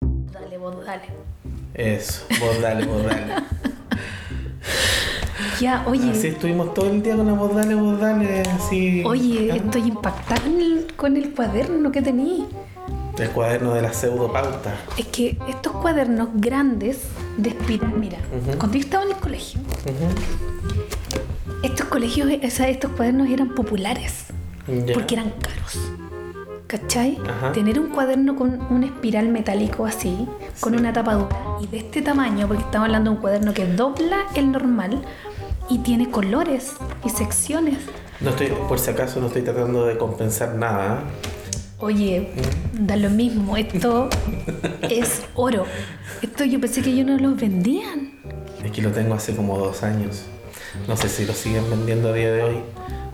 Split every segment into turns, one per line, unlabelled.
dale, vos dale.
Eso, vos dale, vos dale.
Ya, oye.
Así estuvimos todo el día con la vos dale, vos dale, así.
Oye,
Ah,
estoy impactada en el- con el cuaderno que tení.
El cuaderno de la pseudopauta.
Es que estos cuadernos grandes de espiral, mira,
Ujú.
cuando yo estaba en el colegio,
Ujú.
estos colegios, o sea, estos cuadernos eran populares
Ya.
porque eran caros. ¿Cachai?
Ajá.
Tener un cuaderno con un espiral metálico así, con
Sí.
una tapa dura y de este tamaño, porque estamos hablando de un cuaderno que dobla el normal y tiene colores y secciones.
No estoy, por si acaso, no estoy tratando de compensar nada. ¿Eh?
Oye, da lo mismo, esto es oro. Esto yo pensé que ellos no los vendían.
¿eh? Aquí lo tengo hace como dos años. No sé si lo siguen vendiendo a día de hoy.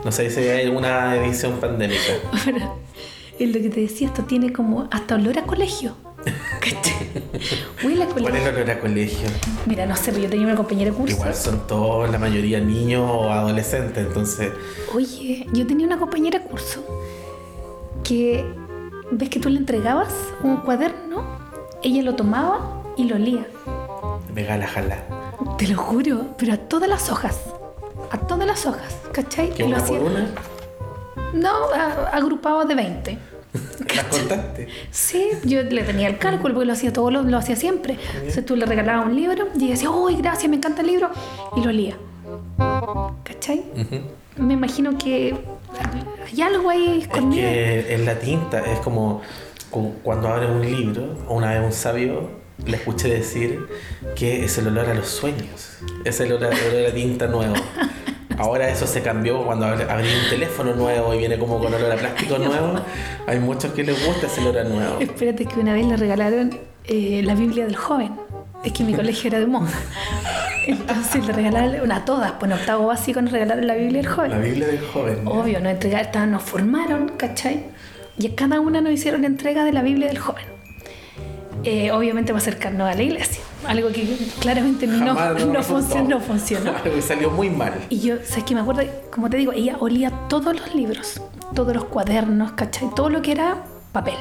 No sé si hay alguna edición pandémica.
Ahora, es lo que te decía, esto tiene como hasta olor a colegio. ¿Cachai? Huele a
¿Cuál es
colegio.
lo que era colegio?
Mira, no sé, pero yo tenía una compañera de curso.
Igual son todos, la mayoría niños o adolescentes, entonces.
Oye, yo tenía una compañera de curso que, ¿ves que tú le entregabas un cuaderno? Ella lo tomaba y lo olía.
Venga, la jala.
Te lo juro, pero a todas las hojas. A todas las hojas, ¿cachai?
¿Que
Y lo
una por una?
No, a- agrupado de 20.
¿Las contaste?
Sí, yo le tenía el cálculo porque lo hacía todo, lo, lo hacía siempre. Entonces tú le regalabas un libro y ella decía, ¡Uy, gracias, me encanta el libro! Y lo leía. ¿Cachai?
Ujú.
Me imagino que hay algo ahí
Es
escondido.
que es la tinta, es como cu- cuando abres un libro, una vez un sabio le escuché decir que es el olor a los sueños, es el olor, el olor a tinta nuevo. Ahora eso se cambió cuando abrí un teléfono nuevo y viene como con olor a plástico nuevo. Hay muchos que les gusta ese olor a nuevo.
Espérate que una vez le regalaron eh, la Biblia del joven. Es que mi colegio era de monja. Entonces le regalaron una a todas. Pues en octavo básico nos regalaron la Biblia del joven.
La Biblia del joven.
Obvio, nos entregaron, estaban- nos formaron, ¿cachai? Y a cada una nos hicieron entrega de la Biblia del joven. Eh, obviamente para acercarnos a la iglesia, algo que claramente no,
Jamás
no
resultó.
funcionó, no funcionó.
Algo que salió muy mal.
Y yo, ¿sabes qué? Me acuerdo, como te digo, ella olía todos los libros, todos los cuadernos, ¿cachai? Todo lo que era papel,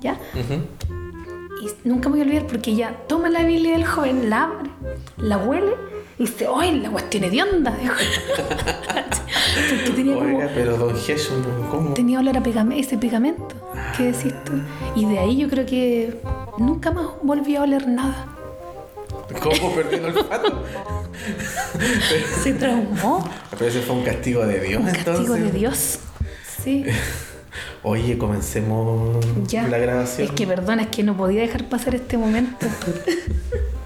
¿ya?
Ujú.
Y nunca me voy a olvidar porque ella toma la Biblia del joven, la abre, la huele y dice, ¡ay, la cuestión hedionda! Dijo. porque tenía como
Oiga, pero don Jesús, ¿cómo?
tenía olor a pegame- ese pegamento que
Ah.
decís tú. Y de ahí yo creo que nunca más volví a oler nada.
¿Cómo perdió el olfato?
Se traumó.
Pero ese fue un castigo de Dios.
Un castigo
entonces.
de Dios. Sí,
Oye, comencemos
ya.
la grabación.
Es que perdona, es que no podía dejar pasar este momento.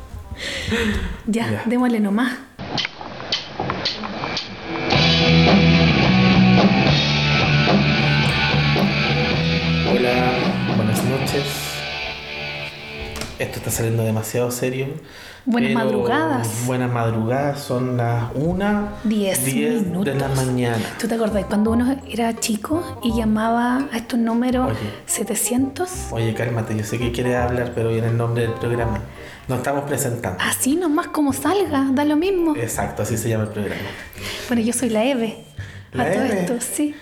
ya,
Ya.
démosle nomás.
Hola, buenas noches. Esto está saliendo demasiado serio.
Buenas
pero-
madrugadas.
Buenas madrugadas, son las 1
Diez
de la
minutos.
mañana.
¿Tú te acordás cuando uno era chico y llamaba a estos números
Oye.
700?
Oye, cálmate, yo sé que quieres hablar, pero viene el nombre del programa. Nos estamos presentando.
Así nomás como salga, da lo mismo.
Exacto, así se llama el programa.
Bueno, yo soy la Eve.
¿La
a todo
Eve?
esto, sí.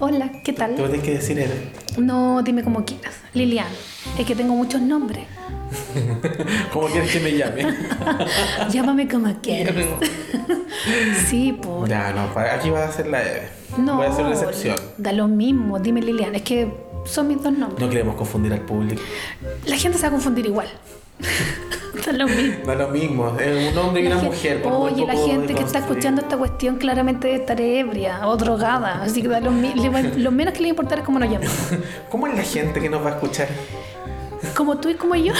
Hola, ¿qué tal?
Tú tienes que decir Eve.
No, dime como quieras. Lilian, es que tengo muchos nombres.
¿Cómo quieres que me llame?
Llámame como quieras. Sí, por.
ya, no, pa- aquí vas a ser la Eve.
No,
Voy a hacer una excepción.
Da lo mismo, dime Lilian, es que son mis dos nombres.
No queremos confundir al público.
La gente se va a confundir igual. da lo mismo.
Da lo mismo, es un hombre y
La
una
gen-
mujer. por muy
Oye, la
poco
gente que está
deconstruido.
escuchando esta cuestión claramente debe estar ebria o drogada, así que da lo, mi- le va- lo menos que le va a importar es cómo nos llamamos.
¿Cómo es la gente que nos va a escuchar?
Como tú y como yo.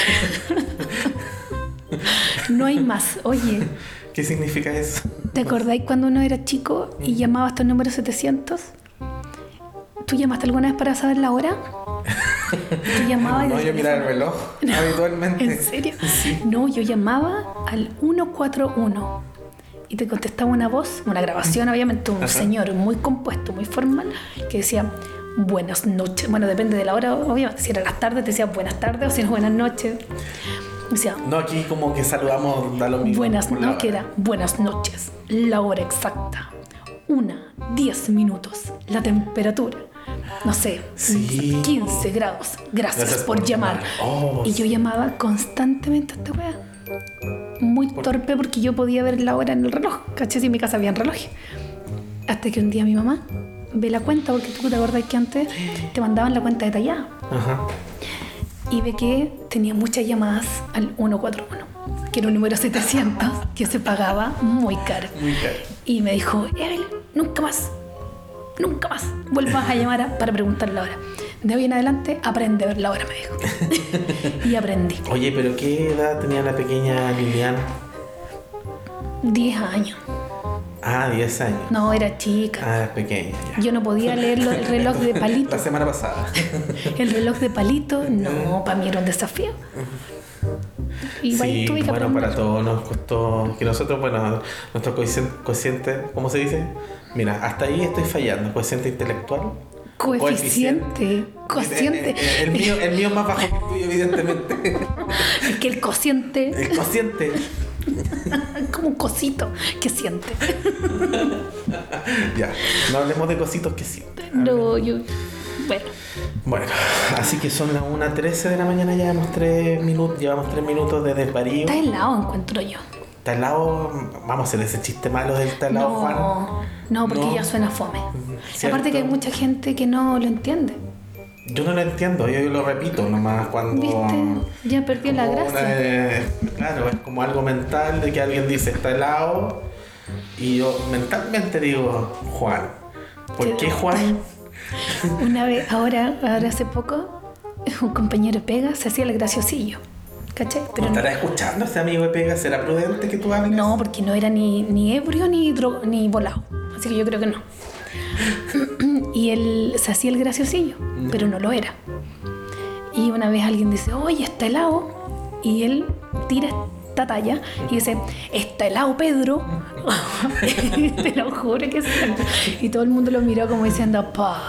No hay más. Oye,
¿Qué significa eso?
¿te acordáis cuando uno era chico y llamaba hasta el número 700? ¿Tú llamaste alguna vez para saber la hora? Tú llamabas y
no, yo
decías,
miraba el reloj habitualmente.
¿En serio?
Sí.
No, yo llamaba al 141 y te contestaba una voz, una grabación, obviamente, un
Ajá.
señor muy compuesto, muy formal, que decía buenas noches. Bueno, depende de la hora, obviamente. Si era las tardes, te decía buenas tardes o si era buenas noches. Decía,
No, aquí como que saludamos, da lo mismo.
Buenas,
por la
no,
hora.
que era buenas noches. La hora exacta. Una, diez minutos. La temperatura. no sé,
Sí.
15 grados. Gracias,
Gracias
por,
por
llamar.
llamar. Oh,
y yo llamaba constantemente a esta wea. Muy torpe porque yo podía ver la hora en el reloj. ¿Cachai? Si en mi casa había un reloj. Hasta que un día mi mamá ve la cuenta, porque tú te acordás que antes te mandaban la cuenta detallada.
Ajá.
Y ve que tenía muchas llamadas al 141, que era un número 700 que se pagaba muy caro.
Muy caro.
Y me dijo, Evelyn, nunca más, nunca más vuelvas a llamar a- para preguntar la hora. De hoy en adelante aprende a ver la hora, me dijo. y aprendí.
Oye, pero ¿qué edad tenía la pequeña Lilian?
10 años.
Ah, 10 años.
No, era chica.
Ah, era pequeña, ya.
Yo no podía leer lo- el reloj de palito.
La semana pasada.
El reloj de palito, no, para mí era un desafío. Y ahí
sí,
tuve que
bueno,
aprender.
para todos nos costó que nosotros, bueno, nuestro coecien- cociente, ¿cómo se dice? Mira, hasta ahí estoy fallando, coeficiente intelectual.
Coeficiente, cociente.
Eh, eh, El, mío, el mío es más bajo que el tuyo, evidentemente.
Es que el cociente
El cociente.
es como un cosito que siente.
Ah, Ya, no hablemos de cositos que sí.
No, yo. Bueno,
Bueno, así que son las 1.13 de la mañana, ya llevamos 3 minutos, llevamos 3 minutos de desvarío.
está helado, encuentro yo.
Talao, vamos a hacer ese chiste malo del talao, Juan.
no, no, porque
No.
ya suena fome.
Cierto.
Aparte que hay mucha gente que no lo entiende.
Yo no lo entiendo, yo, yo lo repito nomás cuando...
¿Viste? Ya perdió la
como
gracia.
una, eh, claro, es como algo mental de que alguien dice está helado y yo mentalmente digo Juan. ¿Por qué Juan?
Una vez, ahora, ahora hace poco, un compañero pega, se hacía el graciosillo. ¿Cachai? Pero no,
¿Estará escuchando este amigo de Pega? ¿Será prudente que tú hables?
no, porque no era ni, ni ebrio ni, dro- ni volado. Así que yo creo que no. Y él se hacía el graciosillo, pero no lo era. Y una vez alguien dice, oye, está helado. Y él tira esta talla y dice, está helado Pedro. Te lo juro que sí. Y todo el mundo lo miró como diciendo, pobre,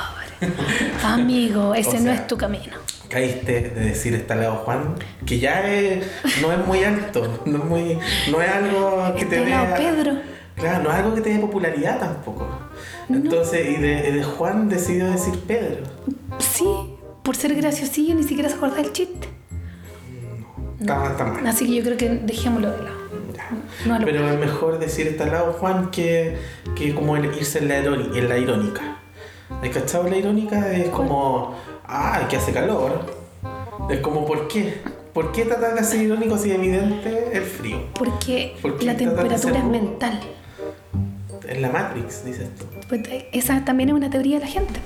amigo, ese no
sea,
es tu camino.
Caíste de decir está helado Juan, que ya es- no es muy alto, no es, muy, no es algo que te
Está
dé...
helado Pedro.
Claro, no es algo que te dé popularidad tampoco.
No.
Entonces, y de, de Juan decidió decir Pedro.
Sí, por ser graciosillo ni siquiera se acordaba del chiste.
Está, está mal.
Así que yo creo que dejémoslo de lado.
Ya.
No lo-
Pero es mejor decir está al lado Juan que, que como el irse en la, ironi- en la irónica. ¿Has cachado la irónica? Es como, ah, que hace calor. Es como, ¿por qué? ¿Por qué tratar de ser irónico si es evidente el frío?
Porque
¿Por qué
la
tratas de
temperatura
ser
es
rudo?
mental.
En la Matrix, dices tú.
Pues, eh, esa también es una teoría de la gente.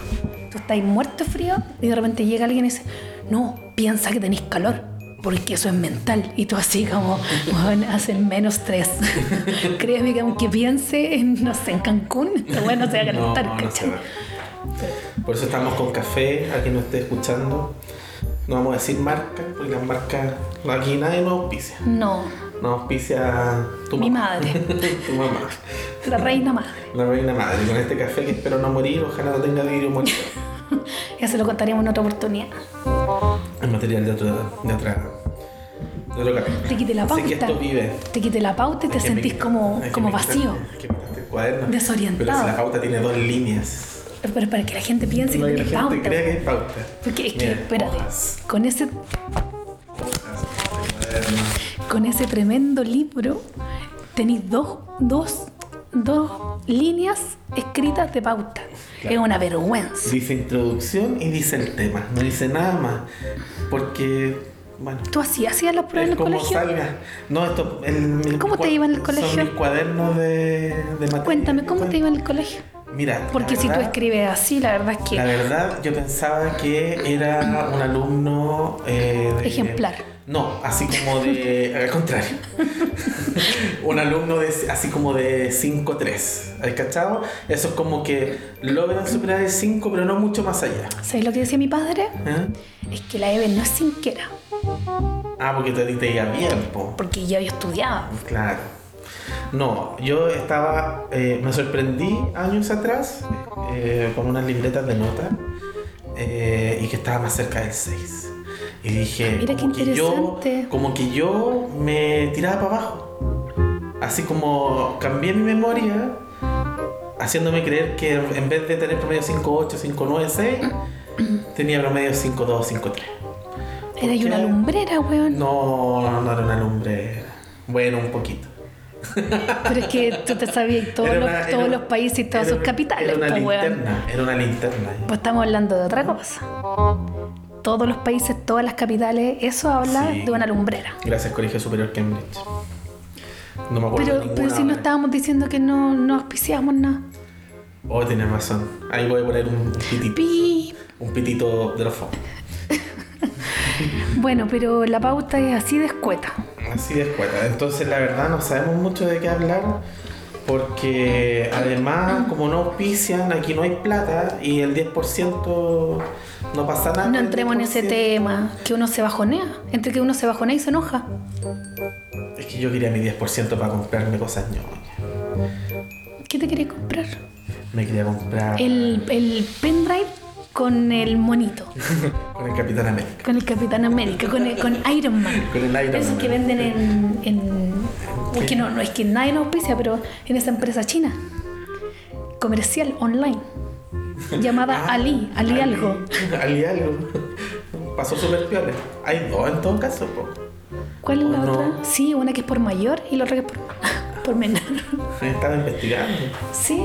Tú estás muerto de frío y de repente llega alguien y dice, no, piensa que tenéis calor, porque eso es mental. Y tú así como, bueno, hacen menos tres. Créeme que aunque piense en, no sé, en Cancún, esta weá no se va a
No,
calentar,
no se
¿cachai?
va. Por eso estamos con café, a quien nos esté escuchando. No vamos a decir marca, porque las marcas, aquí nadie nos auspicia.
No,
Nos auspicia tu mamá.
Mi madre.
tu mamá.
la reina madre.
La reina madre, con este café que espero no morir, ojalá no tenga vidrio muerto.
Ya se lo contaremos en otra oportunidad.
El material de otra. de otra. de otro capítulo.
Te quité la
Así
pauta.
que esto vive.
Te quité la pauta y te
Hay que
sentís
meditar,
como,
hay que
como
meditar,
vacío.
hay que meditar el cuaderno.
Desorientado.
Pero si la pauta tiene dos líneas.
Pero para que la gente piense
No,
que
y la
tenés
gente
pauta.
crea que hay pauta.
Porque es que,
Mira,
espérate,
hojas,
con ese,
hojas, cuaderno.
con ese tremendo libro tenéis dos, dos, dos líneas escritas de pauta.
Claro.
Es una vergüenza.
Dice introducción y dice el tema. No dice nada más. Porque. Bueno.
¿Tú así hacías las pruebas en
Es
el
como
colegio?
salga. No, esto. el- mis
¿Cómo te
cua-
iba en el
Son
colegio?
mis cuadernos de, de materia.
Cuéntame, ¿cómo te iba en el colegio?
Mira.
Porque
la
si tú
verdad-
escribes así, la verdad es que...
La verdad, yo pensaba que era un alumno. eh, de-
Ejemplar.
No, así como de. al contrario. un alumno de, así como de 5-3. ¿Has cachado? Eso es como que logran superar el 5, pero no mucho más allá.
¿Sabes lo que decía mi padre?
¿Eh?
Es que la EVE no es cinquera,
Ah, porque te, te iba bien, po.
porque ya yo estudiaba.
Claro. No, yo estaba, eh, me sorprendí años atrás eh, con unas libretas de nota eh, y que estaba más cerca del 6. Y dije,
Ah, Mira qué
como, que yo,
interesante.
como que yo me tiraba para abajo. Así como cambié mi memoria haciéndome creer que en vez de tener promedio 5.8, 5.9, 6, tenía promedio 5.2, 5.3.
Era yo una
qué?
lumbrera, weón.
No, no era una lumbre. Bueno, un poquito.
Pero es que tú te sabías todos,
Era
los,
una- era
todos
un-
los países y todas
era
sus
un-
capitales,
Era una
pues, weón.
linterna, era una linterna.
Pues estamos hablando de otra cosa. Todos los países, todas las capitales, eso habla
Sí.
de una lumbrera.
Gracias, Colegio Superior Cambridge. No me acuerdo
Pero,
ninguna
pero si no
ahora.
estábamos diciendo que no, no auspiciamos nada.
Oh, tienes razón. Ahí voy a poner un un pitito.
Pi.
Un pitito de los fondos.
Bueno, pero la pauta es así de escueta.
Así de escueta. Entonces, la verdad, no sabemos mucho de qué hablar. Porque además, como no auspician, aquí no hay plata y el 10% no pasa nada.
No entremos en
pues,
ese tema, que uno se bajonea. Entre que uno se bajonea y se enoja.
Es que yo quería mi 10% para comprarme cosas ñoñas.
¿Qué te querés comprar?
Me quería comprar
El, el pendrive con el monito,
con el Capitán América.
con el Capitán América, con, el- con Iron Man.
Con el Iron
Esos
Man.
que venden en. en
¿Qué?
es que no, no es que nadie nos auspicia, pero en esa empresa china. Comercial online. Llamada
Ah,
Ali, Ali algo.
Ali algo. Pasó súper peor. Hay dos en todo caso. po.
¿Cuál es la
¿O Oh, no?
otra? Sí, una que es por mayor y la otra que es por, por menor.
He estado investigando.
Sí.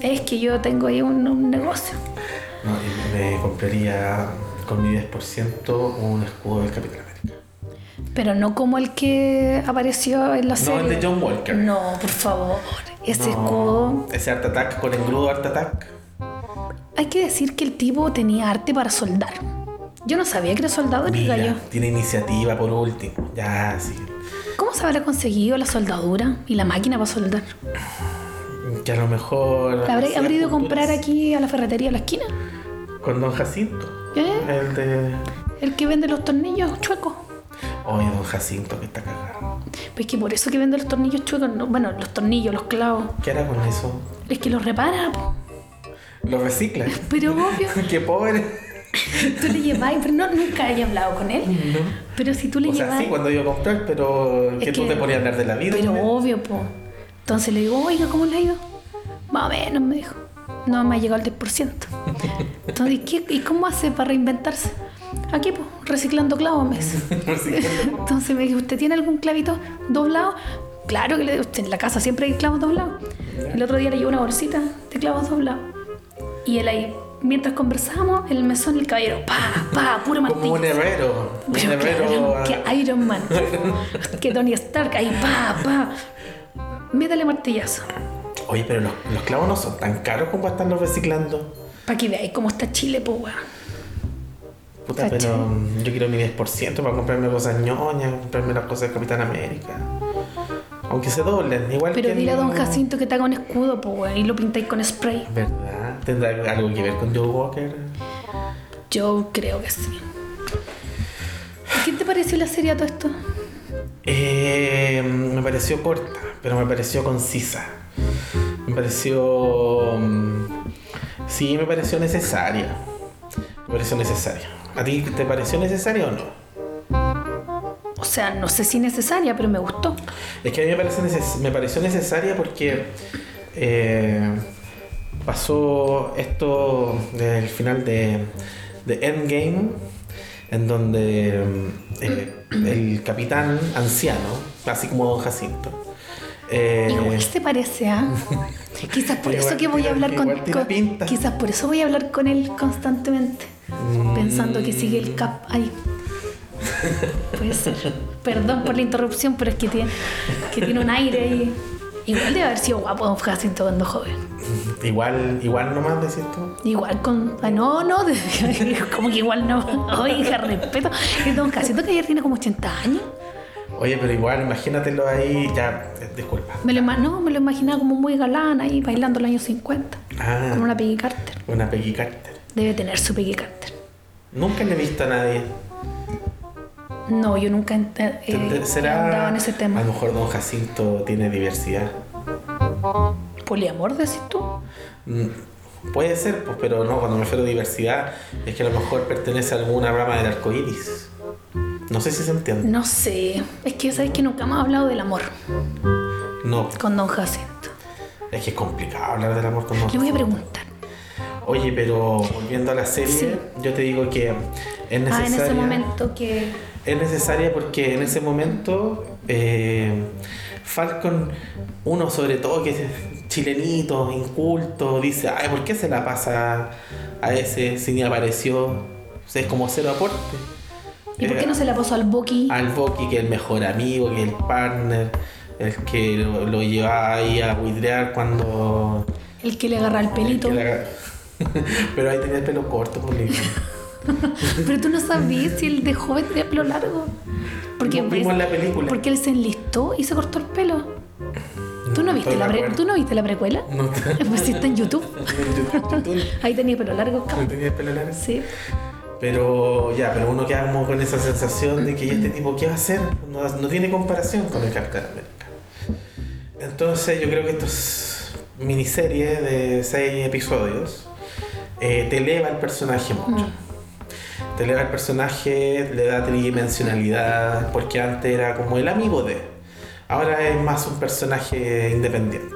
Es que yo tengo ahí un, un negocio.
No, y me compraría con mi 10% un escudo del Capitán América.
Pero no como el que apareció en la
No,
serie.
el de John Walker.
No, por favor. Ese
No,
escudo.
Ese Art Attack con engrudo Art Attack.
Hay que decir que el tipo tenía arte para soldar. Yo no sabía que era soldador ni gallo.
Mira, tiene iniciativa por último. Ya, sí.
¿Cómo se habrá conseguido la soldadura y la máquina para soldar?
Que a lo mejor.
¿La habré,
hacía
habré ido a comprar
culturas
aquí a la ferretería de la esquina?
Con Don Jacinto.
¿Eh?
El de.
¿El que vende los tornillos chuecos?
Oye, Don Jacinto, que está cagado.
Pues que por eso que vende los tornillos chuecos, no- bueno, los tornillos, los clavos,
¿Qué hará con eso?
es que los repara, po.
Lo recicla.
pero obvio,
Qué pobre.
tú le lleváis, pero no, nunca he hablado con él, pero si tú le
O sea,
lleváis...
sí, cuando iba a comprar, pero
Es
que, tú
que-
te ponías a hablar de la vida.
Pero
¿no?
obvio, po. Entonces le digo, oiga, ¿cómo le ha ido? Más o menos, me dijo. No me ha llegado el 10%. Entonces, ¿y, qué- y cómo hace para reinventarse? Aquí, pues, reciclando clavos, me dice.
Reciclando.
Entonces me dijo, ¿usted tiene algún clavito doblado? Claro que le digo, en la casa siempre hay clavos doblados. El otro día le llevo una bolsita de clavos doblados. Y él ahí, mientras conversábamos, el mesón y el caballero, pa, pa, puro
Como
martillo.
un herrero. Un
Pero
herrero.
claro,
ah,
que Iron Man, que Tony Stark, ahí pa, pa. Métale martillazo.
Oye, pero los, los clavos no son tan caros como para estarlos reciclando.
Para que veáis cómo está Chile, pues, weón.
Puta,
Cacha.
pero mm, yo quiero mi 10% para comprarme cosas ñoñas, comprarme las cosas de Capitán América. Aunque se doblen, igual
Pero
que
dile a
no-
Don Jacinto que te haga un escudo, pues, weón, y lo pintáis con spray.
¿Verdad? ¿Tendrá algo que ver con Joe Walker?
Yo creo que sí. ¿Y ¿Qué te pareció la serie a todo esto?
Eh, me pareció corta, pero me pareció concisa. Me pareció. mm, Sí, me pareció necesaria. Me pareció necesaria. ¿A ti te pareció necesaria o no?
O sea, no sé si necesaria, pero me gustó.
Es que a mí me, parece neces- me pareció necesaria porque eh, pasó esto del final de, de Endgame, en donde eh, el capitán anciano, así como Don Jacinto, eh,
Igual se parece, ¿ah? Quizás por
Igual
eso que voy a
tiene-
hablar con,
igual tiene
con-
pinta.
quizás por eso voy a hablar con él constantemente,
Mm.
pensando que sigue el cap ahí. Puede ser. Perdón por la interrupción, pero es que tiene, que tiene un aire ahí. Igual debe haber sido guapo Don Jacinto cuando joven.
igual, igual nomás decís tú.
Igual con. ah, no, no, como que igual no. Oiga, respeto. Es Don Jacinto que ayer tiene como 80 años.
Oye, pero igual, imagínatelo ahí, ya, eh, disculpa.
Me lo, ima- no, me lo imaginaba como muy galán ahí bailando los años 50.
Ah,
Con una Peggy Carter.
una Peggy Carter.
Debe tener su Peggy Carter.
Nunca le he visto a nadie.
No, yo nunca ent- eh,
Tendré-
he andado
¿Será?
en ese
A
tema.
lo mejor Don Jacinto tiene diversidad.
¿Poliamor decís tú?
Mm, Puede ser, pues, pero no, cuando me refiero a diversidad, es que a lo mejor pertenece a alguna rama del arco iris. No sé si se entiende.
No sé. Es que sabes que nunca hemos hablado del amor
No,
con Don Jacinto.
Es que es complicado hablar del amor con
Le
nosotros.
voy a preguntar.
Oye, pero volviendo a la serie,
Sí.
yo te digo que es necesaria.
Ah, en ese momento que.
Es necesaria porque en ese momento eh, Falcon, uno sobre todo que es chilenito, inculto, dice, ay, ¿por qué se la pasa a ese si ni apareció? O sea, es como cero aporte.
¿Y por
Eh, ah.
qué no se la pasó al Boqui?
Al Boki, que es el mejor amigo, que es el partner, el que lo, lo lleva ahí a buitrear cuando...
El que le agarra el pelito.
Pero ahí tenía el pelo corto, por
Pero tú no sabías si el de joven tenía pelo largo. Porque,
Vimos
parece-
la película.
porque él se enlistó y se cortó el pelo. ¿Tú no viste, la, pre- ¿tú no viste la precuela?
No,
Pues sí, está en YouTube.
YouTube.
Ahí tenía pelo largo.
No
cabrón.
tenía el pelo largo.
Sí.
Pero ya, pero uno queda como con esa sensación de que ya este tipo, ¿qué va a hacer? No, no tiene comparación con el Capitán América. Entonces yo creo que estas miniseries de seis episodios eh, te eleva el personaje mucho. Te eleva el personaje, le da tridimensionalidad, porque antes era como el amigo de. Ahora es más un personaje independiente.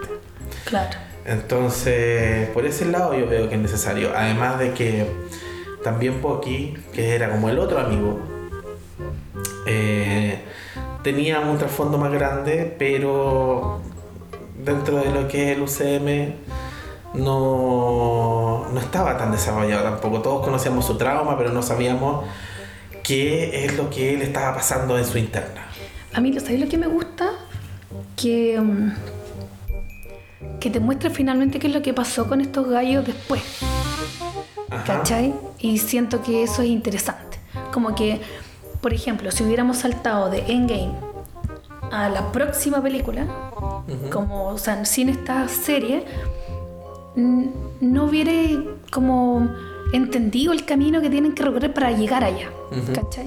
Claro.
Entonces, por ese lado yo veo que es necesario. Además de que también Pocky, que era como el otro amigo, eh, tenía un trasfondo más grande, pero dentro de lo que es el UCM no, no estaba tan desarrollado tampoco. Todos conocíamos su trauma, pero no sabíamos qué es lo que él estaba pasando en su interna.
A mí, ¿sabes lo que me gusta? Que, mm, que te muestra finalmente qué es lo que pasó con estos gallos después,
Ajá.
¿cachai? Y siento que eso es interesante. Como que, por ejemplo, si hubiéramos saltado de Endgame a la próxima película,
Ujú.
como, o sea, sin esta serie, mm, no hubiera como entendido el camino que tienen que recorrer para llegar allá,
Ujú.
¿cachai?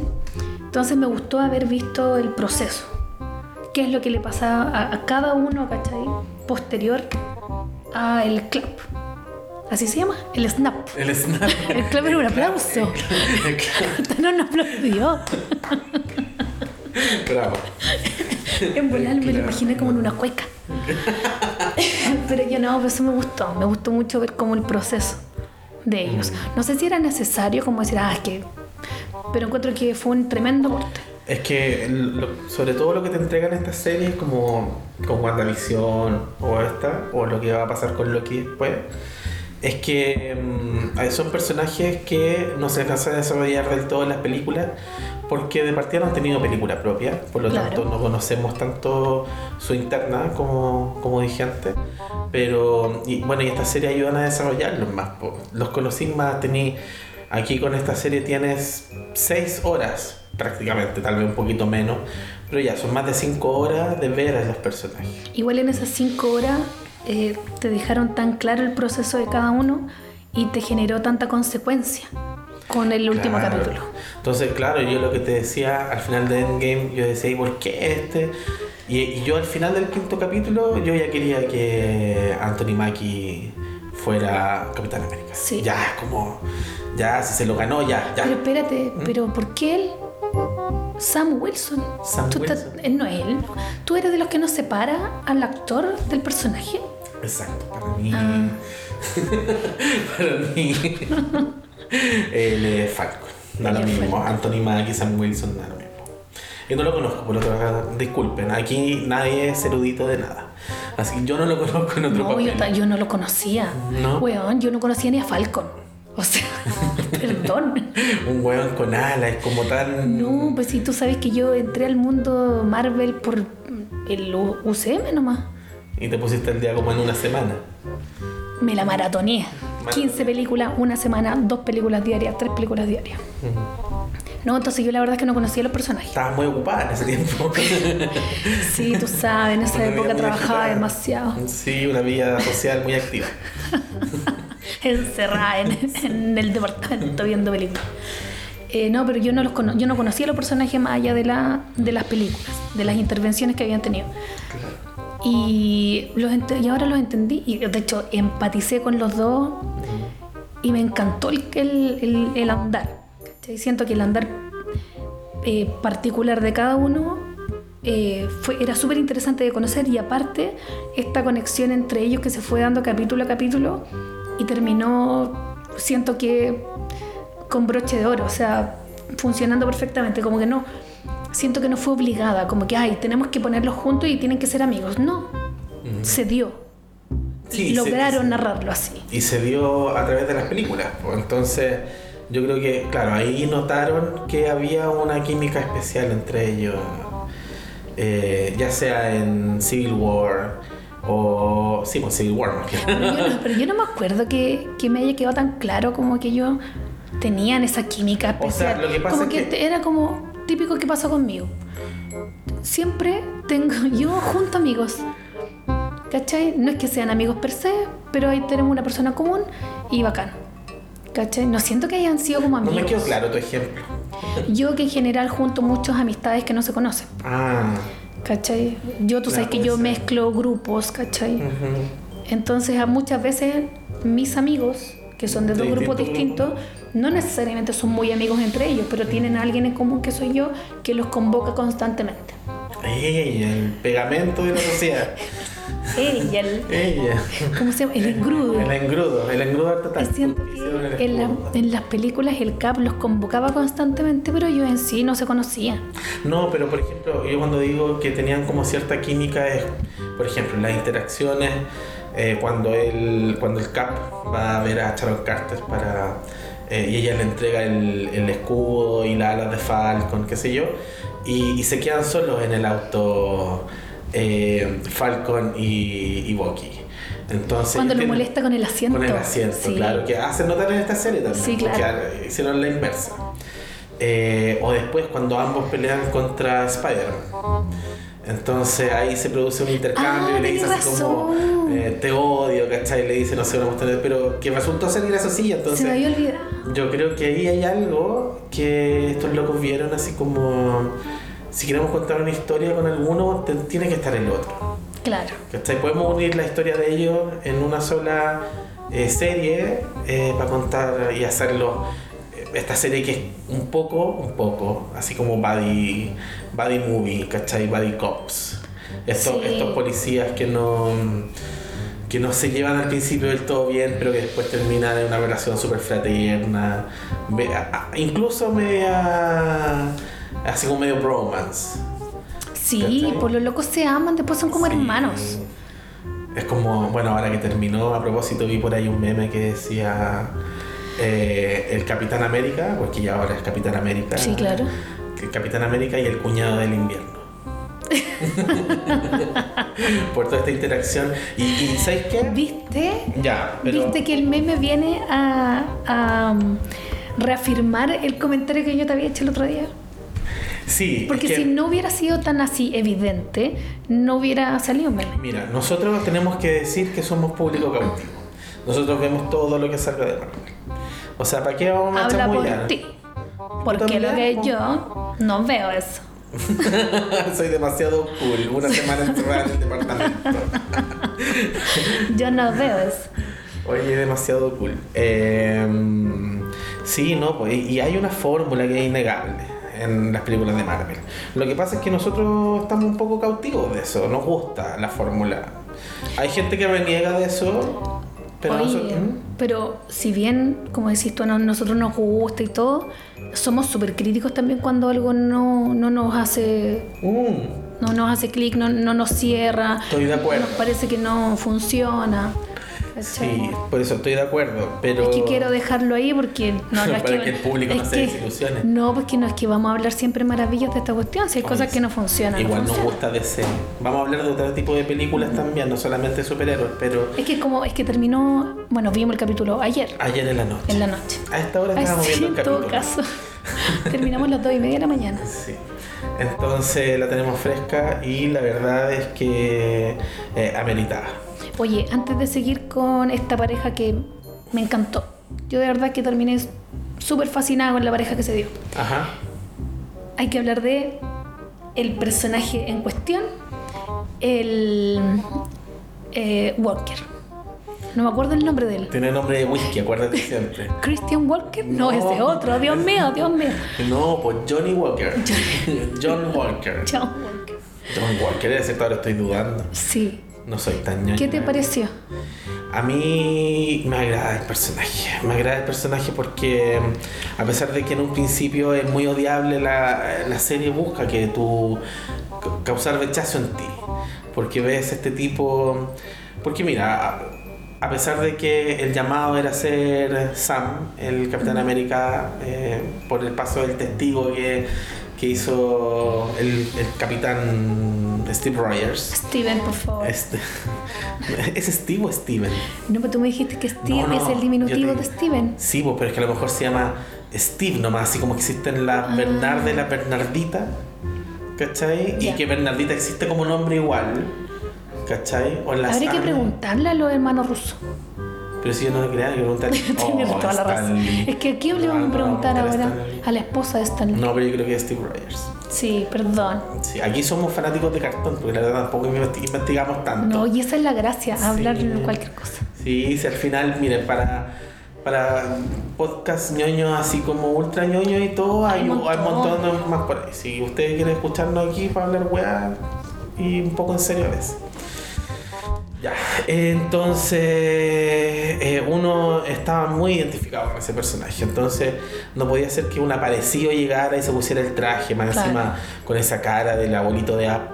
Entonces me gustó haber visto el proceso, qué es lo que le pasa a, a cada uno, ¿cachai? Posterior a el clap. Así se llama, el snap.
El snap.
El clap era un aplauso.
El clap.
No nos aplaudió.
Bravo.
En volar me lo
Claro.
imaginé como en una cueca. Pero yo no, pero eso me gustó. Me gustó mucho ver como el proceso de ellos.
Mm.
No sé si era necesario como decir, ah, es que... Pero encuentro que fue un tremendo golpe.
Es que lo- sobre todo lo que te entregan estas series como con WandaVision o esta, o lo que va a pasar con Loki después, es que mm, son personajes que no se alcanzan a desarrollar del todo en las películas porque de partida no han tenido película propia, por lo
Claro.
tanto no conocemos tanto su interna como, como dije antes. Pero, y, bueno, y esta serie ayudan a desarrollarlos más. po. Los conocí más, tení, aquí con esta serie tienes 6 horas prácticamente, tal vez un poquito menos, pero ya son más de 5 horas de ver a los personajes.
Igual en esas cinco horas eh, te dejaron tan claro el proceso de cada uno y te generó tanta consecuencia con el último
Claro.
capítulo.
Entonces, claro, yo lo que te decía al final de Endgame, yo decía, ¿y por qué este? Y, y yo al final del quinto capítulo, yo ya quería que Anthony Mackie fuera Capitán América.
Sí.
Ya, como, ya, si se lo ganó, ya, ya. ¿Mm?
Pero espérate, pero ¿por qué él? Sam Wilson.
Sam
Tú estás-
Wilson.
eh, no es él. ¿Tú eres de los que nos separa al actor del personaje?
Exacto, para mí.
Ah.
para mí. Él es Falcon. Da lo
Él es
mismo.
Falcon.
Anthony Mackie, Sam Wilson, da lo mismo. Yo no lo conozco, por lo tanto, disculpen. Aquí nadie es erudito de nada. Así que yo no lo conozco en otro
No,
papel.
yo, ta- yo no lo conocía.
No.
Weón, yo no conocía ni a Falcon. O sea, perdón.
Un hueón con alas, es como tan.
No, pues si tú sabes que yo entré al mundo Marvel por el U- UCM nomás.
Y te pusiste el día como en una semana.
Me la maratoneé. 15 películas, una semana, dos películas diarias, tres películas diarias. No, entonces yo la verdad es que no conocía los personajes.
Estabas muy ocupada en ese tiempo.
Sí, tú sabes, en esa
Una vida
época
muy
trabajaba
agitada.
demasiado.
Sí, una vida social muy activa.
encerrada en, en el departamento viendo películas. Eh, no, pero yo no los cono- yo no conocía los personajes más allá de, la, de las películas, de las intervenciones que habían tenido. Y, los ent- y ahora los entendí, y de hecho empaticé con los dos y me encantó el, el, el- el andar. ¿cachai? Siento que el andar eh, particular de cada uno eh, fue, era súper interesante de conocer y aparte esta conexión entre ellos que se fue dando capítulo a capítulo y terminó, siento que con broche de oro, o sea, funcionando perfectamente, como que no, siento que no fue obligada, como que, ay, tenemos que ponerlos juntos y tienen que ser amigos, no, se dio,
Sí,
y
se-
lograron
se-
narrarlo así.
y se vio a través de las películas. po. Entonces, yo creo que, claro, ahí notaron que había una química especial entre ellos, Eh, ya sea en Civil War o. Sí, pues Civil War más bien.
Pero yo, no, pero yo no me acuerdo que, que me haya quedado tan claro como que yo tenían esa química
O sea,
especial.
lo que pasa
como
es
que,
que-
te- era como típico que pasó conmigo. Siempre tengo yo junto amigos. ¿Cachai? No es que sean amigos per se, pero ahí tenemos una persona común y bacán. ¿Cachai? No siento que hayan sido como
No
amigos.
me quedó claro tu ejemplo.
Yo que en general junto muchas amistades que no se conocen.
Ah.
¿Cachai? Yo, tú
Ya,
sabes que
puede
yo
ser.
mezclo grupos, ¿cachai?
ujú.
Entonces, a muchas veces mis amigos, que son de
De
dos grupos
distintos
distintos, no necesariamente son muy amigos entre ellos, pero tienen a alguien en común que soy yo que los convoca constantemente.
Ey, el pegamento de la sociedad.
Ella, el,
Ella.
¿cómo se llama? El engrudo.
El engrudo, el engrudo harto
Y
tal.
siento
Hicieron el
que en, la-
engrudo.
en las películas el CAP los convocaba constantemente, pero ellos en sí no se conocían.
No, pero por ejemplo, yo cuando digo que tenían como cierta química es, por ejemplo, las interacciones, eh, cuando, el, cuando el Cap va a ver a Sharon Carter para, eh, y ella le entrega el, el escudo y las alas de Falcon, qué sé yo, y, y se quedan solos en el auto eh, Falcon y, y Bucky. Entonces,
Cuando lo
tienen-
molesta con el asiento.
con el asiento,
Sí.
claro, que hacen notar en esta serie también.
Sí, claro.
porque, ah, hicieron la inversa. Eh, o después cuando ambos pelean contra Spider-Man. Entonces ahí se produce un intercambio
Ah,
y le dice
tenés
así como
razón.
eh, te odio, ¿cachai? Le dice no sé una cuestión, de- pero que resultó ser graciosilla,
Se
entonces
me había olvidado.
yo creo que ahí hay algo que estos locos vieron así como si queremos contar una historia con alguno, te- tiene que estar el otro.
Claro.
¿Cachai? Podemos unir la historia de ellos en una sola eh, serie eh, para contar y hacerlo. eh, Esta serie que es un poco, un poco, así como Buddy, buddy Movie, ¿cachai? Buddy Cops.
Sí.
Estos, estos policías que no, que no se llevan al principio del todo bien, pero que después terminan en una relación súper fraterna. ve- a- a- Incluso media. así como medio bromance.
Sí,
¿Cachai?
por los locos se aman, después son como
Sí.
hermanos.
Es como, bueno, ahora que terminó, a propósito vi por ahí un meme que decía eh, el Capitán América, porque ya ahora es Capitán América.
Sí, claro.
El Capitán América y el cuñado del invierno. por toda esta interacción. Y, y ¿sabes qué?
¿Viste?
Ya, pero...
Viste que el meme viene a, a, um, reafirmar el comentario que yo te había hecho el otro día.
Sí, es
Porque
que-
si no hubiera sido tan así evidente, no hubiera salido un meme.
Mira, nosotros tenemos que decir que somos público cautivo. Nosotros vemos todo lo que salga de Marvel. O sea, ¿para qué vamos a
Habla por
chamullar?
ti. Porque lo que
también,
yo no veo eso.
Soy demasiado cool. Una semana encerrada en el departamento.
Yo no veo eso.
Oye, demasiado cool. Eh, sí, no, pues, y y hay una fórmula que es innegable en las películas de Marvel. Lo que pasa es que nosotros estamos un poco cautivos de eso. Nos gusta la fórmula. Hay gente que reniega de eso, ¿eh? pero
Oye,
nosotros.
pero si bien, como decís tú, a no- nosotros nos gusta y todo, somos súper críticos también cuando algo no, no nos hace
Mm.
no nos hace clic, no, no nos cierra.
Estoy de acuerdo.
Nos parece que no funciona.
Sí,
¿cachai?
por eso estoy de acuerdo, pero...
Es que quiero dejarlo ahí porque no, no es
Para que el público no
es
se
que-
desilusione.
No, porque no es que vamos a hablar siempre maravillas de esta cuestión, si hay
Oye,
cosas que no funcionan. no
Igual nos
funcionan.
gusta DC. Vamos a hablar de otro tipo de películas también, no solamente superhéroes, pero
Es que es como, es que terminó, bueno, vimos el capítulo ayer,
ayer en la noche.
en la noche.
A esta hora
Ay,
estábamos
sí,
viendo el
en todo
capítulo.
caso. Terminamos a las dos y media de la mañana.
Sí. Entonces la tenemos fresca y la verdad es que eh, ameritaba.
Oye, antes de seguir con esta pareja que me encantó, yo de verdad que terminé súper fascinada con la pareja que se dio.
Ajá.
hay que hablar de el personaje en cuestión, el eh, Walker. No me acuerdo el nombre de él.
Tiene nombre de whisky, acuérdate siempre.
Christian Walker, no,
No.
ese otro, Dios mío, Dios mío.
No, pues Johnny Walker. John Walker.
John Walker.
Yo igual quería decirte, ahora estoy dudando.
Sí.
No soy tan ñoño. ¿eh?
¿Qué te pareció?
A mí me agrada el personaje. Me agrada el personaje porque, mm, a pesar de que en un principio es muy odiable, la, la serie busca que tú ca- causar rechazo en ti. Porque ves este tipo. Porque mira, a pesar de que el llamado era ser Sam, el Capitán América, eh, por el paso del testigo que, que hizo el, el Capitán Steve Rogers.
Steven, por favor.
Este, ¿Es Steve o Steven?
No, pero tú me dijiste que Steve
No, no,
es el
yo
diminutivo
te-
de Steven.
Sí, pues, pero es que a lo mejor se llama Steve nomás, así como existen la
Ah.
Bernarda y la Bernardita, ¿cachai? Y
Ya.
que Bernardita existe como nombre igual, ¿cachai? O las
Habría que
Anne.
preguntarle a los hermanos rusos.
Pero si yo no lo creía, hay que preguntar.
Tienes
Oh,
toda la razón.
Stanley.
Es que aquí le
No,
vamos a
no,
preguntar
preguntar a
ahora
Stanley.
a la esposa de Stanley.
No, pero yo creo que es Steve Rogers.
Sí, perdón.
Sí, aquí somos fanáticos de cartón, porque la verdad tampoco investi- investigamos tanto.
No, y esa es la gracia,
Sí.
hablar de cualquier cosa.
Sí, si al final, miren, para, para podcast ñoño, así como ultra ñoño y todo, hay,
Hay un
hay un montón
montón.
de más por ahí. Si ustedes quieren escucharnos aquí para hablar weá y un poco en serio a veces. Ya, entonces eh, uno estaba muy identificado con ese personaje, entonces no podía ser que un aparecido llegara y se pusiera el traje, más
Claro.
encima con esa cara del abuelito de App.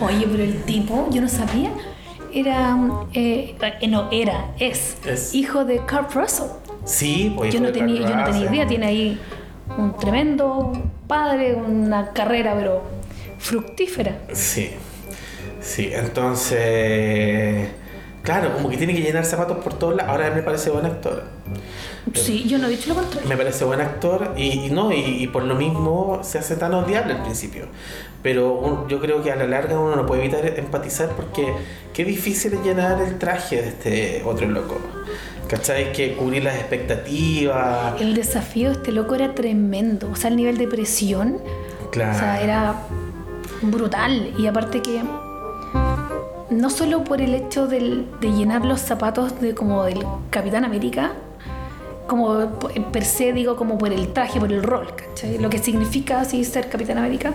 Oye, pero el tipo, yo no sabía, era, eh, eh, no, era, es,
Es.
hijo de Carl Russell.
Sí, pues
Yo no,
hijo de
tenía,
Carl
yo no tenía
Russell.
idea, tiene ahí un tremendo padre, una carrera, pero fructífera.
Sí, sí, entonces. Claro, como que tiene que llenar zapatos por todos lados. Ahora me parece buen actor.
Sí, yo no he dicho lo contrario.
Me parece buen actor y, y no, y, y por lo mismo se hace tan odiable al principio. Pero un- yo creo que a la larga uno no puede evitar empatizar porque qué difícil es llenar el traje de este otro loco. ¿Cachai? Que cubrir las expectativas.
El desafío de este loco era tremendo, o sea, el nivel de presión,
Claro.
o sea, era brutal. Y aparte que no solo por el hecho del- de llenar los zapatos de como del Capitán América, como po- per se digo, como por el traje, por el rol, ¿cachai? Lo que significa así ser Capitán América.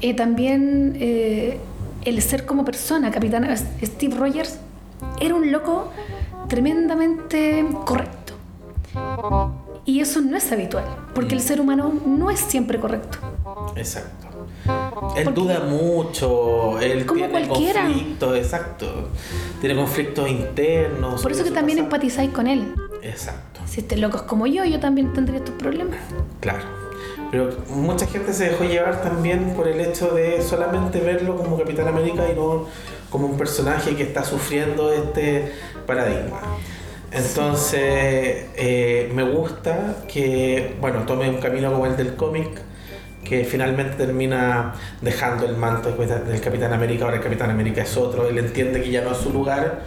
Eh, también eh, el ser como persona, Capitán Steve Rogers, era un loco tremendamente correcto. Y eso no es habitual, porque el ser humano no es siempre correcto.
Exacto. Él
Porque-
duda mucho, él
Como
tiene
cualquiera.
conflictos, exacto. Tiene conflictos internos.
Por eso
sobre
que
su
también
pasado.
empatizáis con él.
Exacto,
Si este loco es como yo, yo también tendría estos problemas.
claro. Pero mucha gente se dejó llevar también por el hecho de solamente verlo como Capitán América y no como un personaje que está sufriendo este paradigma. Entonces, eh, me gusta que, bueno, tome un camino como el del cómic, que finalmente termina dejando el manto del Capitán- del Capitán América, ahora el Capitán América es otro, él entiende que ya no es su lugar,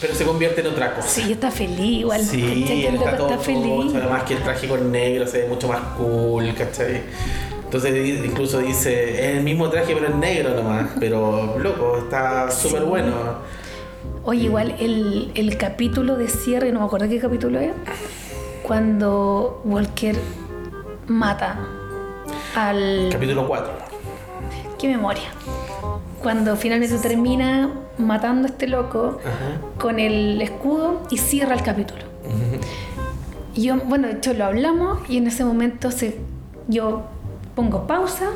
pero se convierte en otra cosa.
Sí, está feliz igual.
Sí,
¿cachai? Que el
él
loco
está todo
está feliz.
chocho, además que el traje con negro se ve mucho más cool, ¿cachai? Entonces di- incluso dice, es el mismo traje pero es negro nomás, pero loco, está súper bueno.
Oye, igual el, el capítulo de cierre, no me acuerdo qué capítulo es, cuando Walker mata al...
Capítulo 4.
¡Qué memoria! Cuando finalmente termina matando a este loco
Ajá.
con el escudo y cierra el capítulo. Y yo, bueno, de hecho lo hablamos y en ese momento se, yo pongo pausa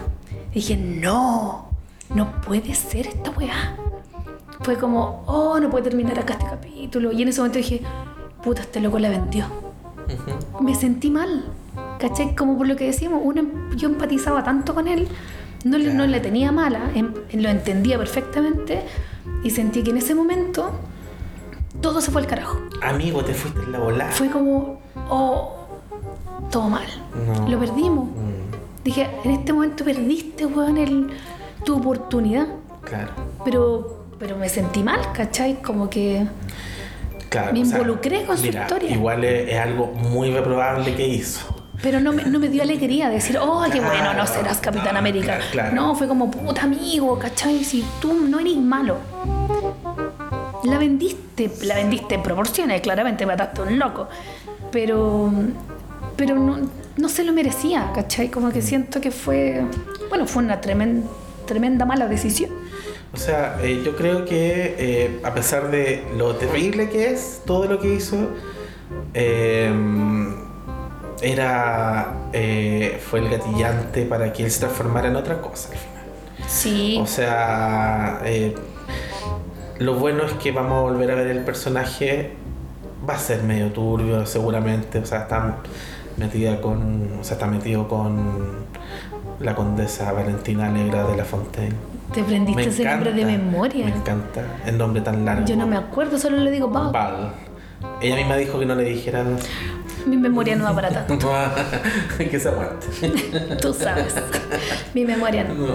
y dije, no, no puede ser esta weá. Fue como, oh, no puede terminar acá este capítulo. Y en ese momento dije, puta, este loco la vendió.
Ujú.
Me sentí mal, ¿cachai? Como por lo que decíamos, uno, em- yo empatizaba tanto con él, no le, no le tenía mala, em- lo entendía perfectamente y sentí que en ese momento todo se fue al carajo
Amigo, te fuiste en la volada.
fue como, oh, todo mal.
No.
Lo perdimos.
Mm,
Dije, en este momento perdiste, weón, el- tu oportunidad.
claro,
Pero, pero me sentí mal, ¿cachai? Como que
claro.
Me involucré con su
mira,
historia.
Igual es, es algo muy reprobable que hizo.
Pero no me, no me dio alegría decir, oh, qué bueno, no serás Capitán
Ah,
América.
claro, claro.
No, fue como, puta amigo, ¿cachai? Si tú no eres malo. La vendiste, la vendiste en proporciones, claramente mataste a un loco. Pero, pero no, no se lo merecía, ¿cachai? Como que siento que fue, bueno, fue una tremenda, tremenda mala decisión.
O sea, eh, yo creo que eh, a pesar de lo terrible que es todo lo que hizo, eh, era eh, fue el gatillante para que él se transformara en otra cosa al final.
Sí,
O sea, eh, lo bueno es que vamos a volver a ver el personaje. Va a ser medio turbio, seguramente. O sea, está metida con. O sea, está metido con la condesa Valentina Negra de la Fontaine.
te aprendiste ese nombre de memoria.
Me encanta. El nombre tan largo.
Yo no me acuerdo, solo le digo, Pau,
Val. Ella misma dijo que no le dijeran
mi memoria no va para tanto,
que se aguante.
tú sabes. Mi memoria no.
No, no.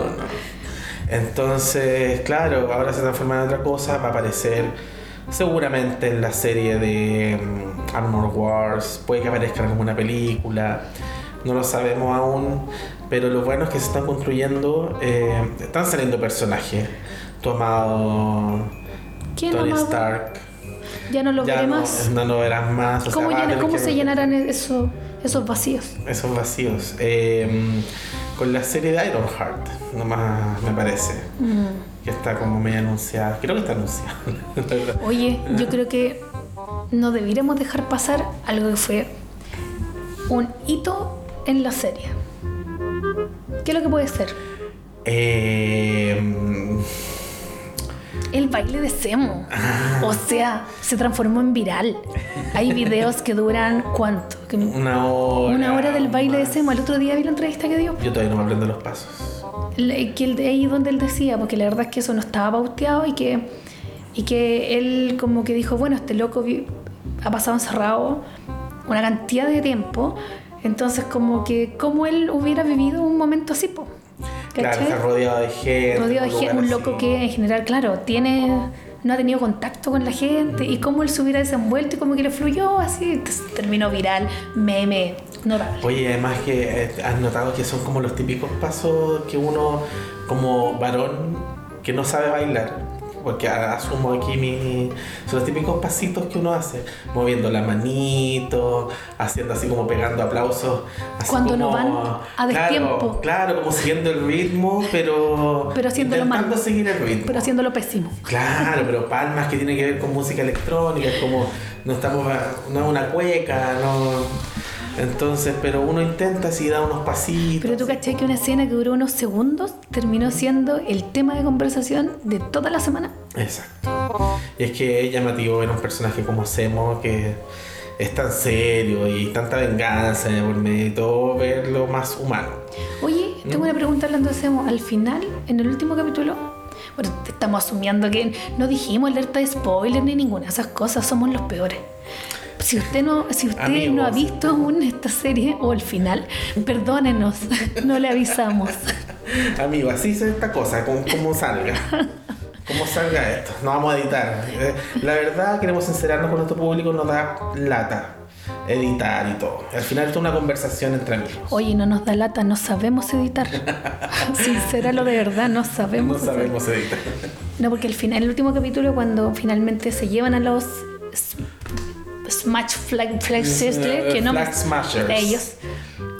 Entonces, claro, ahora se transforma en otra cosa, va a aparecer seguramente en la serie de mm, Armor Wars, puede que aparezca en alguna película, no lo sabemos aún, pero lo bueno es que se están construyendo, eh, están saliendo personajes, tu amado
¿Quién
Tony
amado?
Stark,
Ya no lo
ya
veré
no,
más.
no lo verás más, o sea,
¿Cómo,
va a
llena-
tener
cómo
que-
se llenarán eso- esos vacíos?
esos vacíos, eh, con la serie de Ironheart, nomás me parece.
Mm.
que está como medio anunciada. Creo que está anunciada, la verdad.
Oye, yo
Mm.
creo que no debiéramos dejar pasar algo que fue un hito en la serie. ¿Qué es lo que puede ser?
Eh, mm,
El baile de Semo.
Ah.
O sea, se transformó en viral. Hay videos que duran cuánto? Que-
una hora.
Una hora del baile de
más.
Semo. El otro día vi la entrevista que dio.
Yo todavía no me aprendo los pasos.
Le- que el de ahí donde él decía, porque la verdad es que eso no estaba pauteado y que, y que él como que dijo, bueno, este loco vi- ha pasado encerrado una cantidad de tiempo, entonces como que como él hubiera vivido un momento así, po,
Claro,
¿cachai?
está rodeado de gente.
Rodeado
en
de gente,
lugar
un loco
así.
que en general, claro, tiene no ha tenido contacto con la gente y cómo él se hubiera desenvuelto y como que le fluyó así, entonces terminó viral, meme, notable.
Oye, además que eh, has notado que son como los típicos pasos que uno, como varón, que no sabe bailar. Porque a- asumo aquí mi... Son los típicos pasitos que uno hace. Moviendo la manito, haciendo así como pegando aplausos. así
Cuando no
como-
van a destiempo.
Claro, claro, como siguiendo el ritmo, pero...
Pero haciéndolo mal.
intentando seguir el ritmo.
Pero haciéndolo pésimo.
Claro, pero palmas que tienen que ver con música electrónica, es como no estamos a- no es una cueca, no. Entonces, pero uno intenta así da unos pasitos.
Pero tú caché que una escena que duró unos segundos terminó siendo el tema de conversación de toda la semana.
Exacto. Y es que es llamativo ver un personaje como Semo que es tan serio y tanta venganza de por medio y todo verlo más humano.
Oye, tengo
Mm.
una pregunta hablando de Semo. Al final, en el último capítulo, bueno, te estamos asumiendo que no dijimos alerta de spoiler ni ninguna de esas cosas, somos los peores. Si usted no, si usted no
Amigos.
ha visto aún esta serie o el final, perdónenos, no le avisamos.
Amigo, así es esta cosa, como, como salga. Como salga esto, no vamos a editar. Eh, La verdad, queremos sincerarnos con nuestro público, nos da lata editar y todo. Al final, esto es una conversación entre amigos.
Oye, no nos da lata, no sabemos editar. Sinceralo de verdad, no sabemos.
No
hacer.
sabemos editar.
No, porque el final, el último capítulo, cuando finalmente se llevan a los s- Smash Flag, Flag Sister, este, que no me-
eh, Flag Smashers.
ellos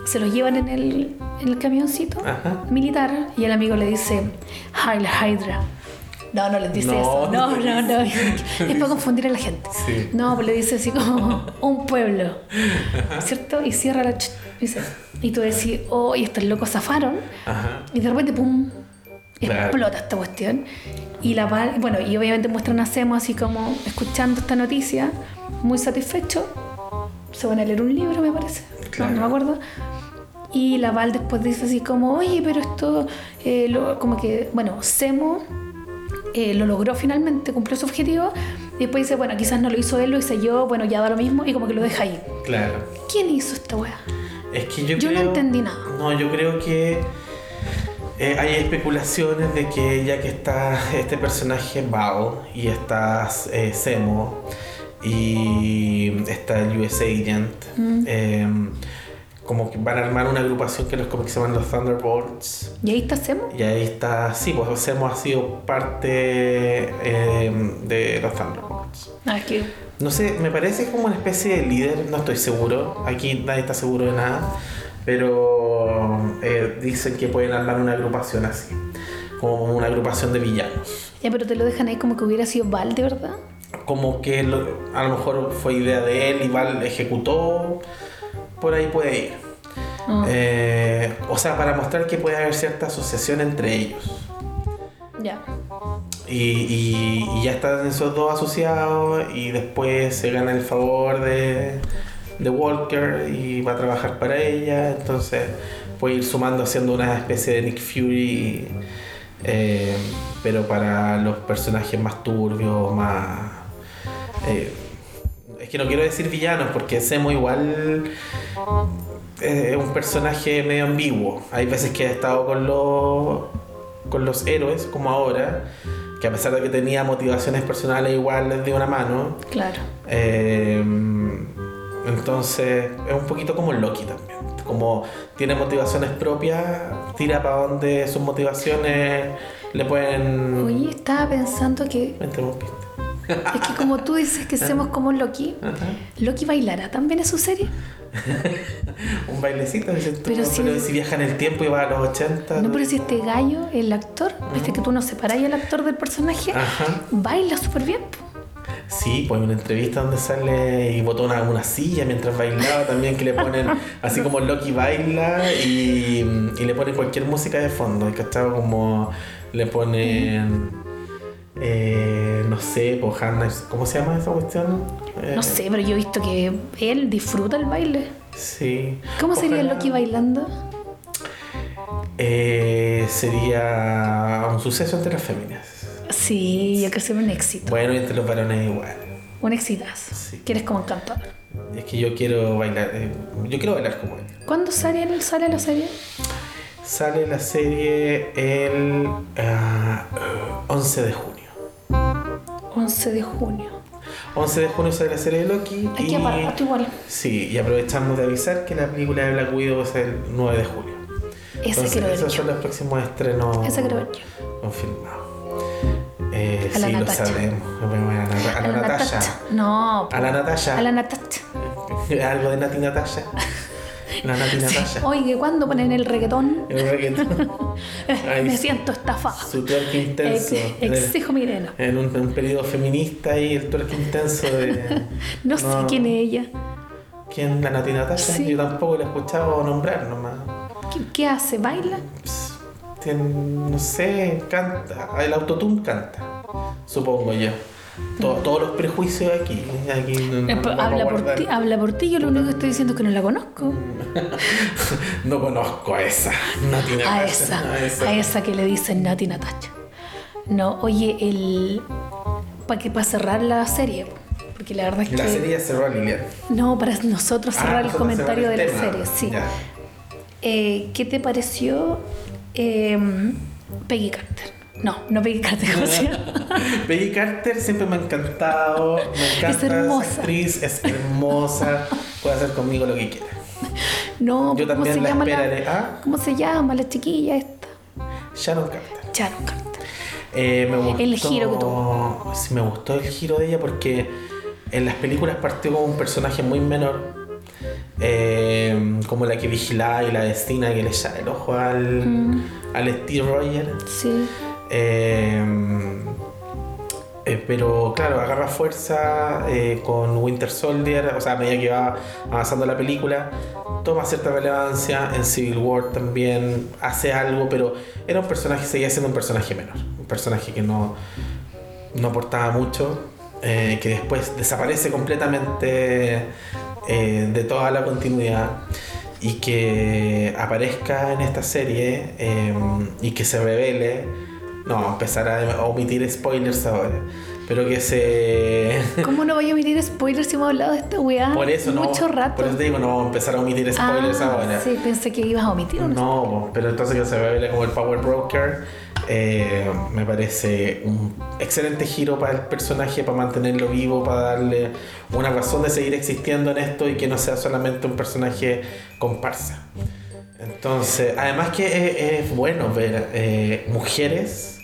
se los llevan en el, en el camioncito
Ajá.
militar y el amigo le dice Hail Hydra. No, no les dice
No,
eso. No,
no
no,
les
no. Es para confundir a la gente.
Sí.
No, pues le dice así como un pueblo. ¿Cierto? Y cierra la. ch- dice, Y tú decís, oh, y estos locos zafaron.
Ajá.
Y de repente, ¡pum!
Claro.
Explota esta cuestión. Y la va- bueno, y obviamente muestran a Semo así como escuchando esta noticia, muy satisfecho. Se van a leer un libro, me parece. No-
Claro.
No, me acuerdo. Y la Val después dice así como, oye, pero esto, eh, lo- como que, bueno, Semo eh, lo logró finalmente, cumplió su objetivo. Y después dice, bueno, quizás no lo hizo él, lo hice yo, bueno, ya da lo mismo. Y como que lo deja ahí.
Claro.
¿Quién hizo esta weá?
Es que yo,
Yo no
creo-
entendí nada.
No, yo creo que eh, hay especulaciones de que ya que está este personaje Val y está eh, Semo y está el US Agent,
Mm.
eh, como que van a armar una agrupación que los como que se llaman los Thunderbolts.
Y ahí está Semo.
Y ahí está, sí, pues Semo ha sido parte eh, de los Thunderbolts.
Ah, es que
No sé, me parece como una especie de líder, no estoy seguro. Aquí nadie está seguro de nada. Pero eh, dicen que pueden armar una agrupación así, como una agrupación de villanos.
Ya, pero te lo dejan ahí como que hubiera sido Val, de verdad.
Como que lo- a lo mejor fue idea de él y Val ejecutó, por ahí puede ir.
Ah,
Eh, o sea, para mostrar que puede haber cierta asociación entre ellos.
Ya.
Y, y- y ya están esos dos asociados y después se gana el favor de, de Walker y va a trabajar para ella. Entonces puede ir sumando haciendo una especie de Nick Fury, eh, pero para los personajes más turbios, más... eh, es que no quiero decir villanos porque Semo igual eh, es un personaje medio ambiguo. Hay veces que ha estado con los, con los héroes, como ahora, que a pesar de que tenía motivaciones personales iguales de una mano,
Claro.
eh, entonces es un poquito como Loki también. Como tiene motivaciones propias, tira para donde sus motivaciones le pueden...
Oye, estaba pensando que.
Entremos pista.
Es que como tú dices que somos como Loki,
Ajá.
¿Loki bailará también en su serie?
Un bailecito, dices tú,
Pero
pero,
si-
si... viaja en el tiempo y va a los 80.
No, pero si este gallo, el actor, viste que tú no separáis al actor del personaje,
Ajá.
baila súper bien. po.
Sí, pues una entrevista donde sale y botó una, una silla mientras bailaba también, que le ponen, así como Loki baila y, y le ponen cualquier música de fondo, ¿cachai? Como le ponen, eh, no sé, pues Hanna, ¿cómo se llama esa cuestión? Eh,
No sé, pero yo he visto que él disfruta el baile.
Sí.
¿Cómo sería
Ojalá-
Loki bailando?
Eh, sería un suceso entre las féminas.
Sí, yo creo que sería un éxito.
Bueno, y entre los varones igual.
Un exitazo.
Sí.
Que eres como encantador.
Es que yo quiero bailar, eh, yo quiero bailar como él.
¿Cuándo sale, sale la serie?
Sale la serie el ah, eh, 11 de junio.
11 de junio.
11 de junio sale la serie de Loki.
Aquí
y,
aparato igual.
Sí, y aprovechamos de avisar que la película de Black Widow es el 9 de julio.
Esa
Entonces,
quiero ver
esos
yo.
son los próximos estrenos
Esa quiero ver yo.
confirmados. Eh,
A la
sí, lo
Natasha.
sabemos. Nos vemos A la, Nat- a la Natasha.
No, po.
A la Natasha.
a la Natasha.
Algo de Nati Natasha. La Nati Natasha.
Oye, ¿cuándo ponen el reggaetón?
El reggaetón. Ay,
Me siento estafada.
Su twerk intenso.
Ex- Exijo mi dinero.
En un, en un periodo feminista y el twerk intenso de.
No, sé quién es ella.
¿Quién? La Nati Natasha.
Sí.
Yo tampoco la he escuchado nombrar nomás.
¿Qué, qué hace? ¿Baila?
Ps, tien- no sé, canta. El autotune canta, supongo yo. To- todos los prejuicios aquí. aquí no- no-
Mm. Eh, pero
no
habla,
vamos a
por
guardar.
ti, habla por ti, yo lo único que estoy diciendo es que no la conozco.
No conozco a esa. Nati Natasha.
A esa, a esa que le dicen Nati Natacha. No, oye, el. Para que para cerrar la serie, porque la verdad es que.
La serie ya cerró a Lilian.
No, para nosotros cerrar
Ah,
el
nosotros
comentario
cerrar
de
el
la
tema.
serie, sí.
Ya.
Eh, ¿Qué te pareció eh, Peggy Carter? No, no Peggy Carter, ¿cómo se llama?
Peggy Carter siempre me ha encantado. Me encanta esa
hermosa.
actriz, es hermosa. Puede hacer conmigo lo que quiera.
No,
Yo
¿cómo
también
se
la
llama
esperaré. ¿Ah?
¿Cómo se llama la chiquilla esta?
Sharon Carter.
Sharon Carter.
Eh, me gustó,
El giro que tuvo.
Sí, me gustó el giro de ella porque en las películas partió como un personaje muy menor. eh, como la que vigilaba y la destina que le echaba el ojo al,
Mm.
al Steve Rogers.
Sí.
Eh, eh, pero claro, agarra fuerza eh, con Winter Soldier, o sea, a medida que va avanzando la película, toma cierta relevancia en Civil War también, hace algo, pero era un personaje, seguía siendo un personaje menor, un personaje que no, no aportaba mucho, eh, que después desaparece completamente eh, de toda la continuidad y que aparezca en esta serie eh, y que se revele, no, empezar a omitir spoilers ahora, pero que se...
¿Cómo no voy a mirar spoilers si hemos hablado de esta weá?
por eso no...
Mucho rato.
Por eso te digo, no vamos a empezar a omitir spoilers
ah,
ahora.
Sí, pensé que ibas a omitir uno.
No, pero entonces que se revele como el Power Broker eh, me parece un excelente giro para el personaje, para mantenerlo vivo, para darle una razón de seguir existiendo en esto y que no sea solamente un personaje comparsa. Entonces, además que es, es bueno ver eh, mujeres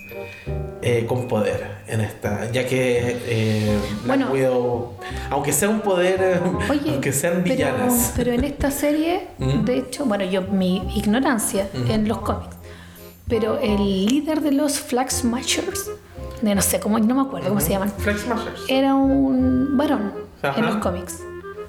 eh, con poder en esta, ya que eh, Black
Bueno.
Widow, aunque sea un poder,
Oye,
aunque sean
pero-
villanas,
Pero, en esta serie,
¿Mm?
de hecho, bueno, yo mi ignorancia en los cómics, pero el líder de los Flag Smashers, de no sé cómo, no me acuerdo
¿Mm?
cómo se llaman,
Flag Smashers.
era un varón
Ajá.
en los cómics.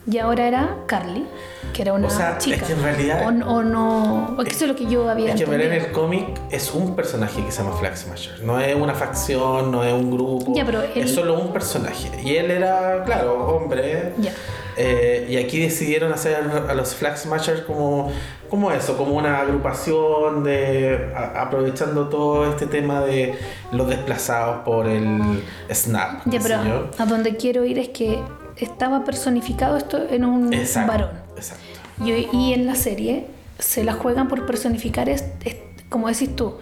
Y ahora era Carly, que era una
O sea, es
chica.
que en realidad-
O, o no. o es que eso es lo que yo había
Es que ver en
entendido.
el cómic es un personaje que se llama Flag Smasher. No es una facción, no es un grupo.
Ya, pero él-
Es solo un personaje. Y él era, claro, hombre.
Ya.
Eh, y aquí decidieron hacer a los Flag Smashers como, como eso, como una agrupación de a- aprovechando todo este tema de los desplazados por el Snap.
Ya,
qué sé
pero
yo.
a donde quiero ir es que estaba personificado esto en un
Exacto,
varón.
Exacto.
Y, y en la serie se la juegan por personificar, es, es- como decís tú,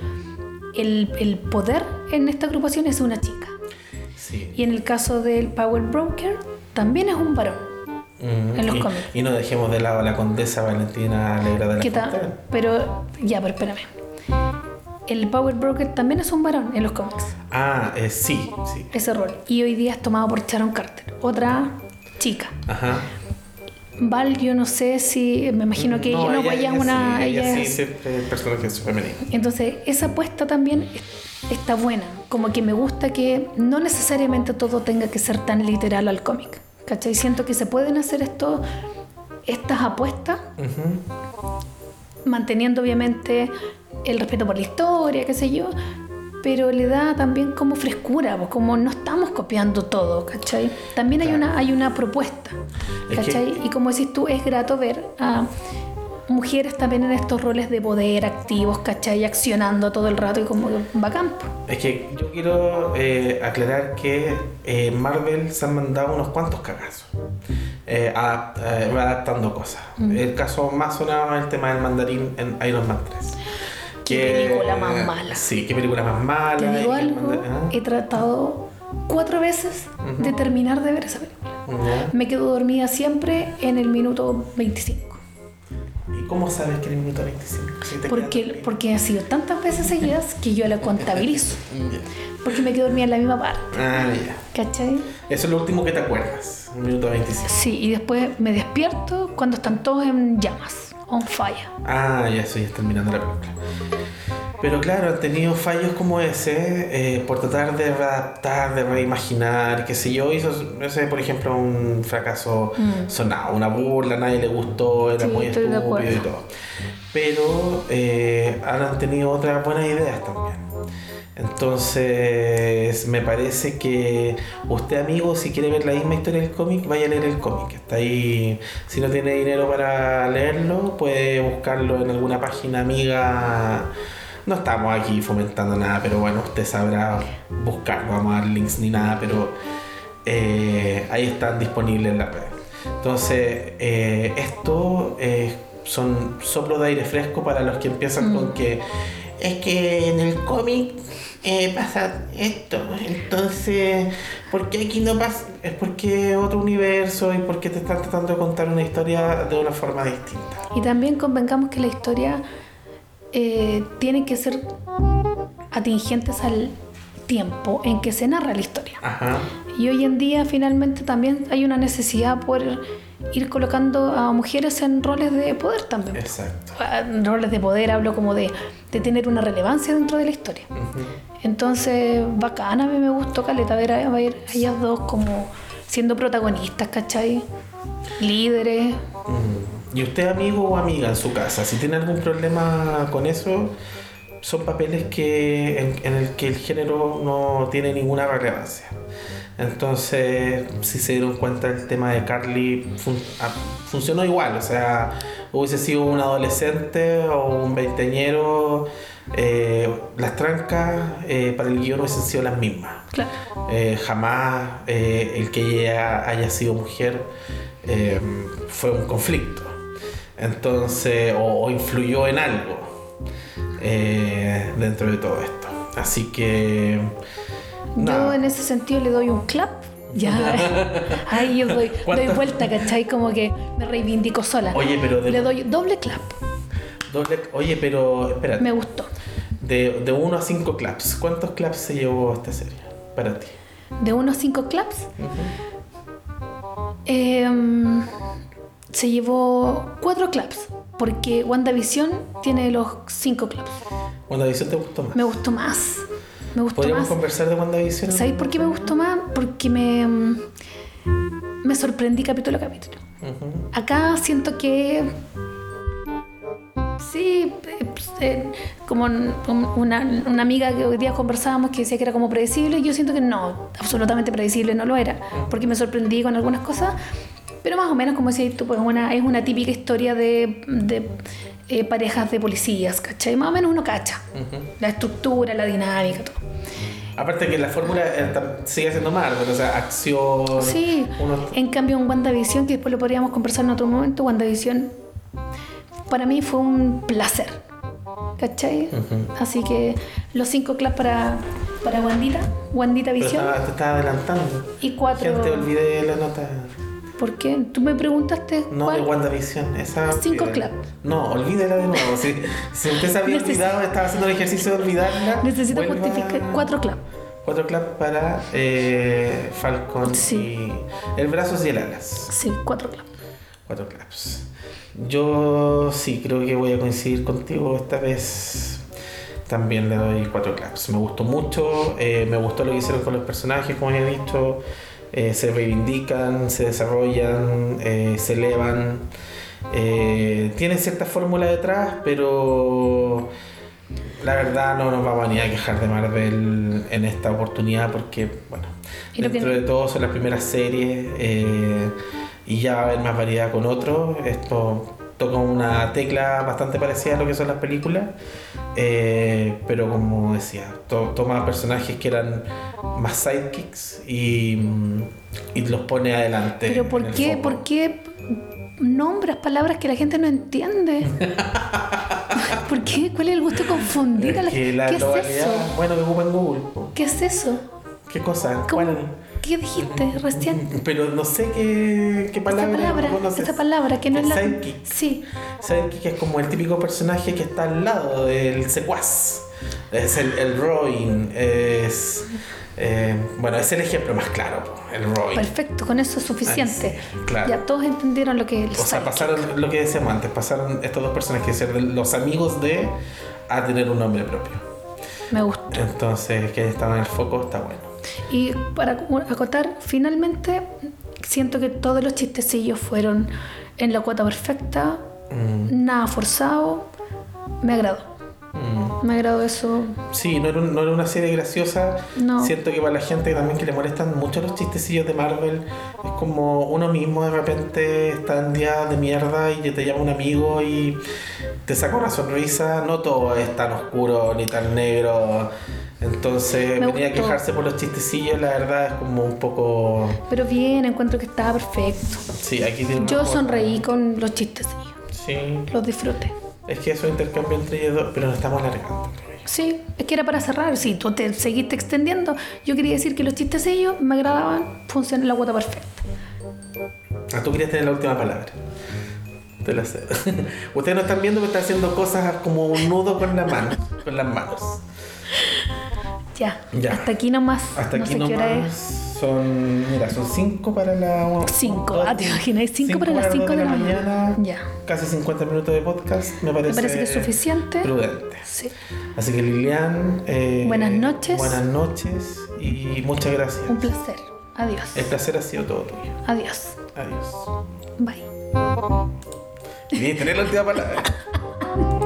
el, el poder en esta agrupación es una chica.
Sí.
Y en el caso del Power Broker, también es un varón.
Mm,
en los
y,
cómics.
y no dejemos de lado a la condesa Valentina Alegra de la
Que ta-
Fontaine.
pero, ya, pero espérame. El Power Broker también es un varón en los cómics,
Ah, eh, sí, sí.
ese rol. Y hoy día es tomado por Sharon Carter, otra chica.
Ajá.
Val, yo no sé si, me imagino que ella, no, pues ella es una...
sí,
ella
sí,
es-
siempre es personaje femenino.
Entonces, esa apuesta también es- está buena. Como que me gusta que no necesariamente todo tenga que ser tan literal al cómic. ¿Cachai? Siento que se pueden hacer esto, estas apuestas,
Ujú.
manteniendo obviamente el respeto por la historia, qué sé yo, pero le da también como frescura, pues, como no estamos copiando todo, ¿cachai? También hay,
Claro.
una, hay una propuesta,
Es que-
¿cachai? Y como decís tú, es grato ver a mujeres también en estos roles de poder activos, ¿cachai? Accionando todo el rato y como que bacán. pues.
Es que yo quiero eh, aclarar que eh, Marvel se han mandado unos cuantos cagazos. eh, adap- eh, va adaptando cosas.
Mm.
El caso más sonado es el tema del mandarín en Iron Man 3.
Qué película más mala.
Sí, qué película más mala.
Te digo
y el
algo, eh,
manda- ah,
he tratado cuatro veces de terminar de ver esa película.
ya.
Me quedo dormida siempre en el minuto 25.
¿Y cómo sabes que el minuto 25? Si te
Porque,
quedas
porque ha sido tantas veces seguidas que yo la contabilizo.
dormido.
Porque me quedo dormida en la misma parte.
Ya. Ah, ya.
¿Cachai?
Eso es lo último que te acuerdas. El minuto 25.
Sí, y después me despierto cuando están todos en llamas, on fire.
Ah, ya eso ya está terminando la película. Pero claro, han tenido fallos como ese eh, por tratar de readaptar, de reimaginar, qué sé yo. Hizo, no sé, por ejemplo, un fracaso sonado, una burla, a nadie le gustó,
Sí,
era muy
estoy de
estúpido y
acuerdo.
todo. Pero eh, ahora han tenido otras buenas ideas también. Entonces, me parece que usted, amigo, si quiere ver la misma historia del cómic, vaya a leer el cómic. Está ahí. Si no tiene dinero para leerlo, puede buscarlo en alguna página amiga. No estamos aquí fomentando nada, pero bueno, usted sabrá buscar. No vamos a dar links ni nada, pero eh, ahí están disponibles en la red. Entonces, eh, esto eh, son soplos de aire fresco para los que empiezan con que es que en el cómic eh, pasa esto, entonces, ¿por qué aquí no pasa? Es porque es otro universo y porque te están tratando de contar una historia de una forma distinta.
Y también convengamos que la historia eh, tiene que ser atingentes al tiempo en que se narra la historia.
Ajá.
Y hoy en día finalmente también hay una necesidad por ir colocando a mujeres en roles de poder también.
Exacto.
En Ah, roles de poder hablo como de, de tener una relevancia dentro de la historia.
Ujú.
Entonces, bacana, a mí me gustó Caleta ver a, ver a ellas dos como siendo protagonistas, ¿cachai? Líderes.
Mm. Y usted, amigo o amiga en su casa, si tiene algún problema con eso, son papeles que en, en el que el género no tiene ninguna relevancia. Entonces, si se dieron cuenta el tema de Carly, fun- a- funcionó igual. O sea, hubiese sido un adolescente o un veinteñero, eh, las trancas eh, para el guión hubiesen sido las mismas.
Claro.
Eh, jamás eh, el que ella haya sido mujer eh, fue un conflicto. Entonces, o, o influyó en algo eh, dentro de todo esto. Así que.
Yo
nada.
en ese sentido le doy un clap. Ya. Ahí yo doy, doy
¿Cuántas?
vuelta, ¿cachai? Como que me reivindico sola.
Oye, pero de-
Le doy doble clap.
doble- oye, pero espérate.
Me gustó.
De, de 1 a 5 claps, ¿cuántos claps se llevó esta serie para ti?
de unos cinco claps, em, se llevó cuatro claps, porque WandaVision tiene los cinco claps.
¿WandaVision te gustó más?
Me gustó más. Me gustó
¿Podríamos
más.
conversar de WandaVision?
¿Sabéis por qué me gustó más? Porque me, mm, me sorprendí capítulo a capítulo.
Ujú.
Acá siento que. Sí, eh, pues, eh, como un- una, una amiga que hoy día conversábamos que decía que era como predecible, yo siento que no, absolutamente predecible no lo era, porque me sorprendí con algunas cosas, pero más o menos, como decías tú, pues una, es una típica historia de, de, eh, parejas de policías, ¿cachai? Más o menos uno cacha, la estructura, la dinámica, todo.
Aparte que la fórmula eh, tam- sigue siendo Marvel, o sea, acción.
Sí,
unos-
en cambio en WandaVision, que después lo podríamos conversar en otro momento, WandaVision para mí fue un placer. ¿Cachai?
Ujú.
Así que los cinco claps para, para Wandita, Wandita
Pero
Visión
estaba- te estaba adelantando.
y cuatro.
Gente, olvidé la nota.
¿Por qué? Tú me preguntaste
No
cuál.
de WandaVision, esa.
Cinco
olvídala.
clap.
No, olvídela de nuevo. si, si usted se había
Necesi-
olvidado, estaba haciendo el ejercicio de olvidarla.
Necesito
vuelva-
justificar. Cuatro claps.
Cuatro clap para eh, Falcon
Sí.
y el brazos y el alas.
Sí, cuatro claps.
Cuatro claps. Yo sí creo que voy a coincidir contigo esta vez. También le doy cuatro claps. Me gustó mucho, eh, me gustó lo que hicieron con los personajes, como ya he dicho. Eh, se reivindican, se desarrollan, eh, se elevan. Eh, tienen cierta fórmula detrás, pero la verdad no nos vamos ni a quejar de Marvel en esta oportunidad porque, bueno,
Y lo que-
dentro de todo son las primeras series eh, y ya va a haber más variedad con otros. Esto toca una tecla bastante parecida a lo que son las películas, eh, pero como decía, to- toma personajes que eran más sidekicks y, mm, y los pone adelante.
Pero ¿por
en el
qué,
foco.
¿por qué nombras palabras que la gente no entiende? ¿Por qué? ¿Cuál es el gusto de confundir a la
Es que
gente?
la
¿Qué es
globalidad,
eso?
bueno, que ocupan Google. po.
¿Qué es eso?
¿Qué cosa?
¿Cómo?
¿Cuál?
¿Qué dijiste recién?
Pero no sé qué, qué
Esa
palabra.
palabra,
conoces.
esa palabra que no es la.
Sidekick.
Sí,
Sidekick es como el típico personaje que está al lado del secuaz. Es el, el Robin. Es. eh, bueno, es el ejemplo más claro, po, el Robin.
perfecto, con eso es suficiente.
Ah, sí, claro.
Ya todos entendieron lo que es el
O sea,
sidekick.
pasaron lo que decíamos antes, pasaron estos dos personajes de ser de los amigos de a tener un nombre propio.
Me gusta.
Entonces, que estaban en el foco está bueno.
Y para cu- acotar, finalmente siento que todos los chistecillos fueron en la cuota perfecta,
Mm,
nada forzado. Me agradó.
mm.
Me agradó eso.
Sí, no era, un- no era una serie graciosa.
No.
Siento que para la gente también que le molestan mucho los chistecillos de Marvel, es como uno mismo de repente está en día de mierda y te llama un amigo y te saca una sonrisa. No todo es tan oscuro ni tan negro. Entonces,
Me
venir a
gustó.
quejarse por los chistecillos, la verdad es como un poco.
Pero bien, encuentro que estaba perfecto.
Sí, aquí tiene una
Yo
cosa.
sonreí con los chistecillos.
Sí,
Los disfruté.
es que eso intercambio entre ellos dos, pero nos estamos alargando.
Sí, es que era para cerrar. Si tú te seguiste extendiendo, yo quería decir que los chistecillos me agradaban, funcionó la cuota perfecta.
Ah, tú querías tener la última palabra. Te la cedo. Ustedes no están viendo que está haciendo cosas como un nudo con la mano, con las manos.
Ya,
Ya.
hasta aquí nomás.
Hasta
no
aquí
sé qué hora
nomás
es.
son, mira, son 5 para la
Cinco. Ah, te imaginas, cinco para las cinco
dos
de la mañana. Ya.
Casi 50 minutos de podcast, me parece.
Me parece que es suficiente.
Prudente.
Sí.
Así que Lilian, eh,
Buenas noches.
Buenas noches y muchas gracias.
Un placer. Adiós.
El placer ha sido todo tuyo.
Adiós.
Adiós.
Bye.
Y tener la última palabra.